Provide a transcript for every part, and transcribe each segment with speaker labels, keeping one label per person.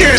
Speaker 1: your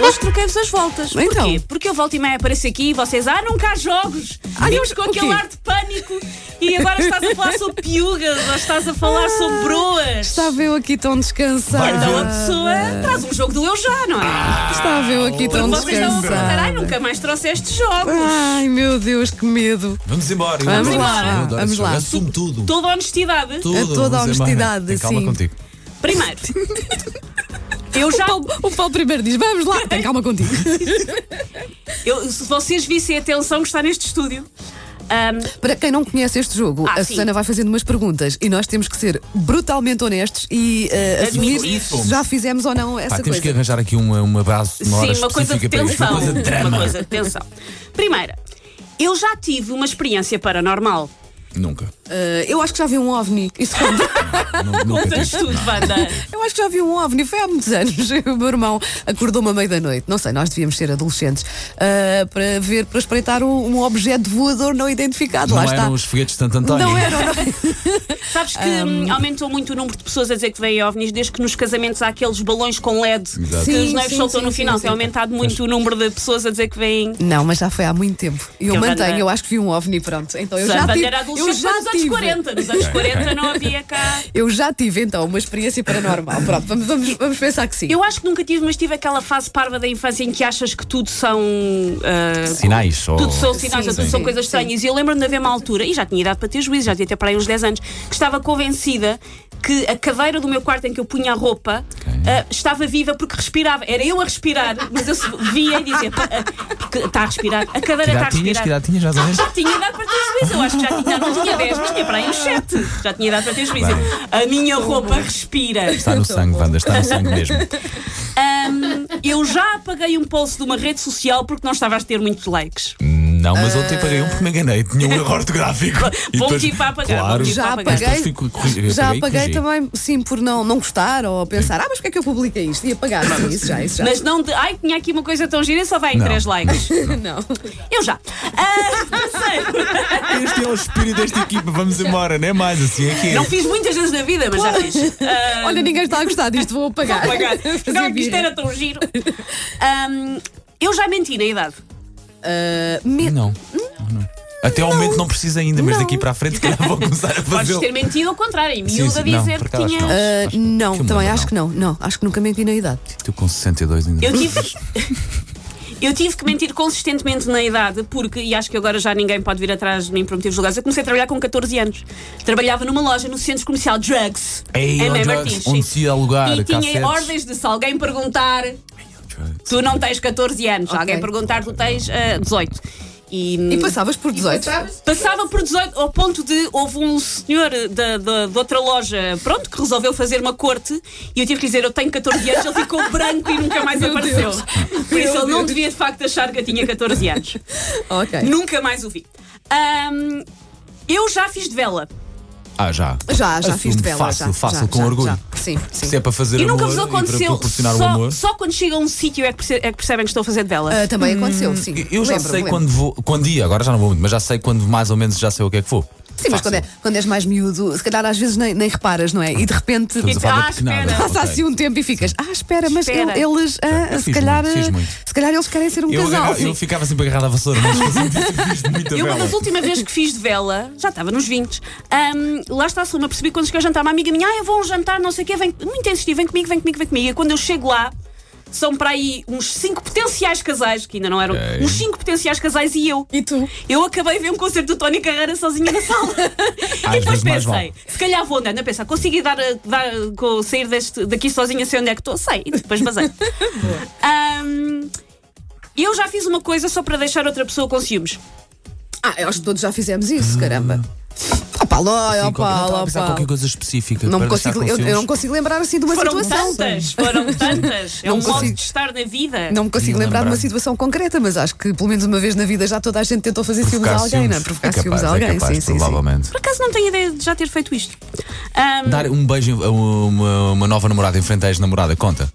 Speaker 2: Hoje troquei-vos as voltas.
Speaker 3: Então.
Speaker 2: Porquê? Porque eu volto e meia apareço aqui e vocês, ah, nunca há jogos.
Speaker 3: Ah,
Speaker 2: Vimos
Speaker 3: mas
Speaker 2: com
Speaker 3: o quê?
Speaker 2: aquele ar de pânico e agora estás a falar sobre piugas ou estás a falar
Speaker 3: Ah,
Speaker 2: sobre broas.
Speaker 3: Estava eu aqui tão descansada.
Speaker 2: Então a pessoa traz um jogo do eu já, não é?
Speaker 3: Ah, Estava eu aqui tão
Speaker 2: Vocês estão a perguntar, ai,
Speaker 3: descansada.
Speaker 2: nunca mais trouxeste jogos.
Speaker 3: Ai, meu Deus, que medo.
Speaker 4: Vamos embora. eu
Speaker 3: Vamos
Speaker 4: adoro
Speaker 3: lá,
Speaker 4: isso, eu adoro
Speaker 3: vamos
Speaker 4: isso.
Speaker 3: lá.
Speaker 4: Assumo tudo.
Speaker 2: Toda honestidade.
Speaker 4: tudo.
Speaker 3: A toda a
Speaker 4: vamos
Speaker 3: honestidade,
Speaker 4: embora. Tem Calma
Speaker 3: sim.
Speaker 4: contigo.
Speaker 2: Primeiro, eu já.
Speaker 3: O Paulo primeiro diz: vamos lá, tem calma contigo.
Speaker 2: Eu, se vocês vissem a tensão que está neste estúdio. ahm,
Speaker 3: Para quem não conhece este jogo,
Speaker 2: Ah,
Speaker 3: a
Speaker 2: sim.
Speaker 3: Susana vai fazendo umas perguntas e nós temos que ser brutalmente honestos e eh,
Speaker 2: Admitir
Speaker 3: assumir
Speaker 2: É isso.
Speaker 3: se já fizemos ou não
Speaker 4: Pá,
Speaker 3: essa
Speaker 4: temos
Speaker 3: coisa.
Speaker 4: que arranjar aqui uma, uma base sonora
Speaker 2: Sim, uma coisa de
Speaker 4: específica para isto,
Speaker 2: tensão.
Speaker 4: Uma coisa de drama.
Speaker 2: Uma coisa de tensão. Primeira, eu já tive uma experiência paranormal.
Speaker 4: Nunca.
Speaker 3: Eh, eu acho que já vi um ovni. Isso conta.
Speaker 4: Nu- Nunca
Speaker 2: Contas
Speaker 4: tive.
Speaker 2: tudo, Wanda.
Speaker 3: Eu acho que já vi um OVNI, foi há muitos anos. O meu irmão acordou-me à meia-da-noite. Não sei, nós devíamos ser adolescentes ah, para ver, para espreitar um, um objeto voador não identificado.
Speaker 2: é
Speaker 4: Não
Speaker 3: Lá está.
Speaker 2: um
Speaker 4: eram os foguetes de Santo António.
Speaker 3: Não eram, não.
Speaker 2: Sabes que hum, aumentou muito o número de pessoas a dizer que veem ovnis desde que nos casamentos há aqueles balões com LED
Speaker 4: Exato.
Speaker 2: que os
Speaker 3: Sim,
Speaker 2: noivos
Speaker 3: sim,
Speaker 2: soltam
Speaker 3: sim,
Speaker 2: no
Speaker 3: sim,
Speaker 2: final.
Speaker 3: sim.
Speaker 2: Tem aumentado muito o número de pessoas a dizer que veem.
Speaker 3: Não, mas já foi há muito tempo. E eu
Speaker 2: Eu
Speaker 3: mantenho,
Speaker 2: mandei.
Speaker 3: eu acho que vi um OVNI, pronto. Então eu já
Speaker 2: Wanda
Speaker 3: tive.
Speaker 2: era
Speaker 3: eu
Speaker 2: adolescente
Speaker 3: já
Speaker 2: nos anos
Speaker 3: tive.
Speaker 2: 40. Nos anos 40 não havia cá.
Speaker 3: Eu já tive então uma experiência paranormal. Pronto, vamos, vamos, vamos pensar que sim.
Speaker 2: Eu acho que nunca tive, mas tive aquela fase parva da infância em que achas que tudo são. ah,
Speaker 4: Sinais. oh. ou-
Speaker 2: Tudo são sinais,
Speaker 3: Sim,
Speaker 2: tudo
Speaker 3: sim.
Speaker 2: são coisas
Speaker 3: Sim.
Speaker 2: estranhas. E eu lembro-me de haver uma altura, e já tinha idade para ter juízo, já devia ter para aí uns 10 anos, que estava convencida que a cadeira do meu quarto em que eu punha a roupa ah, estava viva porque respirava. Era eu a respirar, mas eu se- via e dizia: "Pá, ah, porque está a respirar, a
Speaker 4: Que
Speaker 2: cadeira está a
Speaker 4: idade tinhas?
Speaker 2: respirar. Ah.
Speaker 4: Que idade tinhas? Já sabes?
Speaker 2: Já tinha idade para ter juízo, eu acho que já tinha, não tinha 10, mas tinha para aí uns 7. Já tinha idade para ter juízo. A minha roupa respira.
Speaker 4: Está no sangue, Wanda. Está no sangue mesmo.
Speaker 2: Ahm, eu já apaguei um post de uma rede social porque não estavas a ter muitos likes.
Speaker 4: Não, mas ontem paguei um porque me enganei. Tinha um erro ortográfico. E
Speaker 2: Bom
Speaker 4: depois-
Speaker 2: tipo a apagar, bom
Speaker 4: Claro.
Speaker 2: tipo
Speaker 3: Já
Speaker 2: Vou apagar.
Speaker 3: apaguei.
Speaker 4: Mas depois fui corrigir, eu
Speaker 3: Já
Speaker 4: apaguei e
Speaker 3: apaguei
Speaker 4: corrigi.
Speaker 3: também, sim, por não, não gostar ou pensar, ah, mas porque é que eu publiquei isto? E apagar, sim, isso já, isso já.
Speaker 2: Mas não de. Ai, tinha aqui uma coisa tão gira, só vai em
Speaker 4: Não,
Speaker 2: 3 likes.
Speaker 3: não.
Speaker 2: Eu já. Ah, não sei.
Speaker 4: Este é o espírito desta equipa. Vamos embora, não é mais assim. É que é.
Speaker 2: Não fiz muitas vezes na vida, mas já fiz. Ah,
Speaker 3: Olha, ninguém está a gostar disto, vou apagar.
Speaker 2: apagar.
Speaker 3: Fazer
Speaker 2: Não, é que isto
Speaker 3: birra.
Speaker 2: era tão giro. Ahm, eu já menti na idade.
Speaker 3: Ah, me-
Speaker 4: Não.
Speaker 3: Hum?
Speaker 4: Não. Até ao momento não precisa ainda, mas daqui para a frente, se calhar vou começar a
Speaker 2: Podes
Speaker 4: fazer.
Speaker 2: ter mentido ao contrário, em
Speaker 4: Sim,
Speaker 2: miúda
Speaker 4: sim, não,
Speaker 2: dizer
Speaker 4: por
Speaker 2: que
Speaker 4: acaso
Speaker 2: tinha.
Speaker 4: não.
Speaker 3: ah,
Speaker 4: Acho que
Speaker 3: não,
Speaker 4: eu
Speaker 3: também
Speaker 4: mando,
Speaker 3: acho que não. Não, acho que nunca menti na idade.
Speaker 4: Tu com 62 ainda.
Speaker 2: Eu tive. Eu tive que mentir consistentemente na idade, porque, e acho que agora já ninguém pode vir atrás de mim por motivos legais, eu comecei a trabalhar com 14 anos. Trabalhava numa loja no centro comercial Drugs,
Speaker 4: Ei,
Speaker 2: em
Speaker 4: ó,
Speaker 2: Mem
Speaker 4: Drugs,
Speaker 2: Martins.
Speaker 4: onde se ia alugar
Speaker 2: E tinha
Speaker 4: cassetes.
Speaker 2: ordens de se alguém perguntar, tu não tens 14 anos, se
Speaker 3: Ok.
Speaker 2: alguém perguntar, tu tens ah, 18.
Speaker 3: E passavas por 18.
Speaker 2: Hum. Passava por 18, ao ponto de houve um senhor da, da- de outra loja, pronto, que resolveu fazer uma corte e eu tive que dizer: Eu tenho 14 anos, ele ficou branco e nunca mais apareceu. Por isso
Speaker 3: Meu
Speaker 2: ele não
Speaker 3: Deus.
Speaker 2: devia de facto achar que eu tinha 14 anos.
Speaker 3: Ok.
Speaker 2: nunca mais o vi. Ahm, eu já fiz de vela.
Speaker 4: Ah, já.
Speaker 3: Já, já
Speaker 4: Assumo
Speaker 3: fiz de vela.
Speaker 4: Fácil,
Speaker 3: já,
Speaker 4: fácil,
Speaker 3: já,
Speaker 4: com
Speaker 3: já,
Speaker 4: orgulho.
Speaker 3: já. Sim, sim.
Speaker 4: Se é para fazer
Speaker 2: E
Speaker 4: amor
Speaker 2: nunca vos
Speaker 4: e para
Speaker 2: aconteceu.
Speaker 4: proporcionar o
Speaker 2: só,
Speaker 4: amor.
Speaker 2: só quando chega a um sítio é que, perce- é que percebem que estou a fazer de vela.
Speaker 3: Ah, também aconteceu, sim.
Speaker 4: Eu já
Speaker 3: Lembro-me,
Speaker 4: sei
Speaker 3: lembro-me.
Speaker 4: quando vou, quando ia, agora já não vou muito, mas já sei quando mais ou menos já sei o que é que vou.
Speaker 3: Sim, mas quando, é- quando és mais miúdo, se calhar às vezes nem, nem reparas, não é? E de repente
Speaker 4: Estamos a falar
Speaker 2: Ah,
Speaker 4: da pequenada.
Speaker 2: espera.
Speaker 3: passa
Speaker 4: ok.
Speaker 3: assim um tempo e ficas, ah, espera, mas
Speaker 2: Espera.
Speaker 3: ele- eles, ah,
Speaker 4: Eu
Speaker 3: se
Speaker 4: fiz
Speaker 3: calhar,
Speaker 4: muito, fiz muito.
Speaker 3: se calhar eles querem ser um
Speaker 4: Eu,
Speaker 3: casal.
Speaker 4: agarra- eu ficava sempre agarrado à vassoura, mas fazia fiz de muita
Speaker 2: Eu, uma
Speaker 4: vela.
Speaker 3: um
Speaker 2: das últimas vezes que fiz de vela, já estava nos 20, ahm, lá está a Suma, percebi quando cheguei a jantar, uma amiga minha, ah, eu vou a um jantar, não sei o quê, vem, muito insistir, vem comigo, vem comigo, vem comigo. E quando eu chego lá, são para aí uns cinco potenciais casais, que ainda não eram,
Speaker 4: Ok.
Speaker 2: uns cinco potenciais casais e eu.
Speaker 3: E tu?
Speaker 2: Eu acabei de ver um concerto do Tony Carreira sozinha na sala. e
Speaker 4: Às
Speaker 2: depois
Speaker 4: vezes
Speaker 2: pensei,
Speaker 4: mais vale.
Speaker 2: se calhar vou andando a pensar, consegui dar, a- dar a- co- sair deste, daqui sozinha, sei onde é que estou, sei. E depois basei. Ahm, eu já fiz uma coisa só para deixar outra pessoa com ciúmes.
Speaker 3: Ah, eu acho que todos já fizemos isso, caramba. Opa, lá,
Speaker 4: Sim, Ah. Assim, qualquer- não
Speaker 3: opa,
Speaker 4: estava a
Speaker 3: lá,
Speaker 4: pensar qualquer
Speaker 3: opa.
Speaker 4: coisa específica.
Speaker 3: Não me
Speaker 4: para deixar
Speaker 3: consigo,
Speaker 4: com
Speaker 3: eu, eu
Speaker 4: ciúmes.
Speaker 3: não consigo lembrar assim de uma
Speaker 2: Foram
Speaker 3: situação.
Speaker 2: tantas, foram tantas. É
Speaker 3: Não
Speaker 2: um modo
Speaker 3: consigo.
Speaker 2: de estar na vida.
Speaker 3: Não me consigo
Speaker 4: Nem
Speaker 3: lembrar de uma
Speaker 4: lembrar.
Speaker 3: situação concreta, mas acho que pelo menos uma vez na vida já toda a gente tentou fazer ciúmes a
Speaker 4: Provocar
Speaker 3: alguém, não é?
Speaker 4: ciúmes.
Speaker 3: Provocar
Speaker 4: É capaz,
Speaker 3: ciúmes a
Speaker 4: é
Speaker 3: alguém,
Speaker 4: capaz,
Speaker 3: sim, sim, sim.
Speaker 4: Provavelmente.
Speaker 2: Por acaso não tenho ideia de já ter feito isto. Ahm,
Speaker 4: Dar um beijo a uma, uma nova namorada em frente à ex-namorada, conta.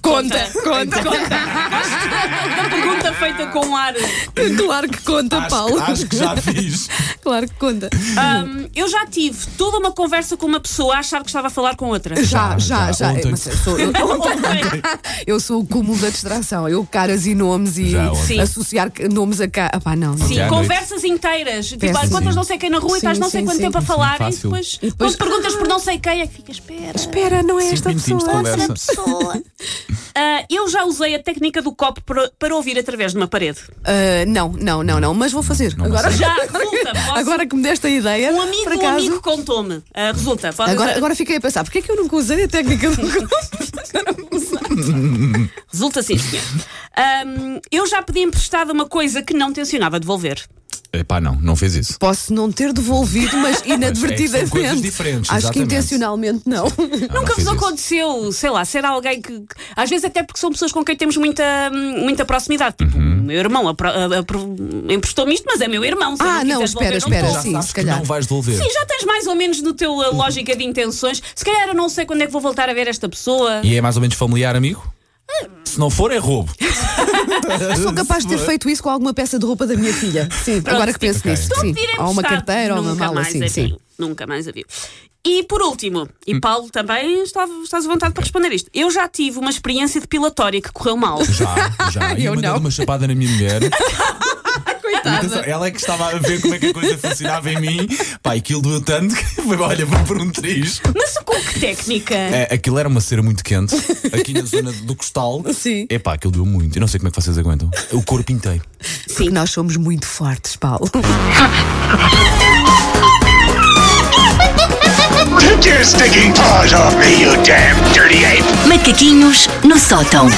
Speaker 3: Conta, conta.
Speaker 2: Uma pergunta feita com ar.
Speaker 3: Claro que conta, Paulo.
Speaker 4: Acho, acho que já fiz.
Speaker 3: Claro que conta.
Speaker 2: Ahm, eu já tive toda uma conversa com uma pessoa a achar que estava a falar com outra.
Speaker 3: Já, já,
Speaker 4: já,
Speaker 3: já.
Speaker 4: ontem.
Speaker 3: Mas eu, sou, eu, eu sou o cúmulo da distração. Eu caras e nomes e
Speaker 4: Já, ontem.
Speaker 2: Sim.
Speaker 3: associar que- nomes a cá. Ah, pá, não. não.
Speaker 2: Sim,
Speaker 4: à
Speaker 2: conversas inteiras. Tipo,
Speaker 3: Péssimo.
Speaker 2: encontras não sei quem na rua
Speaker 3: Sim,
Speaker 2: e estás não sei
Speaker 3: sim,
Speaker 2: quanto
Speaker 3: sim.
Speaker 2: tempo a
Speaker 3: Sim,
Speaker 2: falar e
Speaker 4: fácil.
Speaker 2: depois,
Speaker 3: E depois-
Speaker 2: quando perguntas por não sei quem é que fica, espera.
Speaker 3: Espera, não é
Speaker 4: Cinco
Speaker 3: esta
Speaker 4: minutinhos de
Speaker 3: pessoa.
Speaker 4: conversa.
Speaker 2: Outra pessoa. Ah, eu já usei a técnica do copo para, para ouvir através de uma parede.
Speaker 3: Ah, não, não, não, não. Mas vou fazer.
Speaker 4: Não
Speaker 3: agora,
Speaker 4: sei.
Speaker 2: Já, resulta. posso-
Speaker 3: agora que me deste a ideia.
Speaker 2: um amigo,
Speaker 3: por
Speaker 2: um
Speaker 3: acaso,
Speaker 2: amigo contou-me. Ah, resulta. pode-
Speaker 3: Agora, agora fiquei a pensar, porquê é que eu nunca usei a técnica do
Speaker 2: Resulta sim, senhor. Ahm, eu já pedi emprestada uma coisa que não tencionava devolver.
Speaker 4: Epá, não, não fez isso.
Speaker 3: Posso não ter devolvido, mas
Speaker 4: é que são coisas
Speaker 3: inadvertidamente.
Speaker 4: diferentes,
Speaker 3: Acho que
Speaker 4: exatamente.
Speaker 3: intencionalmente não.
Speaker 4: Ah, não
Speaker 2: Nunca vos
Speaker 4: fez isso.
Speaker 2: aconteceu, sei lá, ser alguém que. que- Às vezes, até porque são pessoas com quem temos muita, hum, muita proximidade. Tipo,
Speaker 4: Uhum.
Speaker 2: o meu irmão apro- a- a- emprestou-me isto, mas é meu irmão. Se
Speaker 3: Ah,
Speaker 2: ele
Speaker 3: não,
Speaker 2: quiser devolver, não
Speaker 3: espera, espera.
Speaker 2: dou.
Speaker 4: Já
Speaker 3: Sim,
Speaker 4: sabes
Speaker 3: se
Speaker 4: que
Speaker 3: calhar.
Speaker 4: não vais devolver.
Speaker 2: Sim, já tens mais ou menos no teu a lógica de intenções. Se calhar eu não sei quando é que vou voltar a ver esta pessoa.
Speaker 4: E é mais ou menos familiar, amigo? Se não for, é roubo.
Speaker 3: Sou capaz de ter feito isso com alguma peça de roupa da minha filha. Sim, agora que penso
Speaker 4: Ok.
Speaker 3: nisso.
Speaker 4: Estou
Speaker 3: Sim.
Speaker 2: Pedir
Speaker 3: Ou uma
Speaker 2: emprestado.
Speaker 3: carteira ou uma
Speaker 2: Nunca
Speaker 3: mala,
Speaker 2: mais
Speaker 3: sim,
Speaker 2: a
Speaker 3: sim. Hum.
Speaker 2: vi. Nunca mais a vi. E por último, e Paulo também está- estás à vontade para responder isto. Eu já tive uma experiência depilatória que correu mal.
Speaker 4: Já, já. E
Speaker 3: Eu
Speaker 4: eu mandei
Speaker 3: não.
Speaker 4: uma chapada na minha mulher. Coitada. Ela é que estava a ver como é que a coisa funcionava em mim. Pá, aquilo doeu tanto que foi, olha, vou por um triz.
Speaker 2: Mas com que técnica?
Speaker 4: É, aquilo era uma cera muito quente, aqui na zona do costal.
Speaker 3: Sim.
Speaker 4: Epá, aquilo doeu muito. Eu não sei como é que vocês aguentam. O corpo inteiro.
Speaker 3: Porque nós somos muito fortes, Paulo.
Speaker 1: Take your stinking paws off me, you damn dirty ape!
Speaker 5: Macaquinhos no sótão.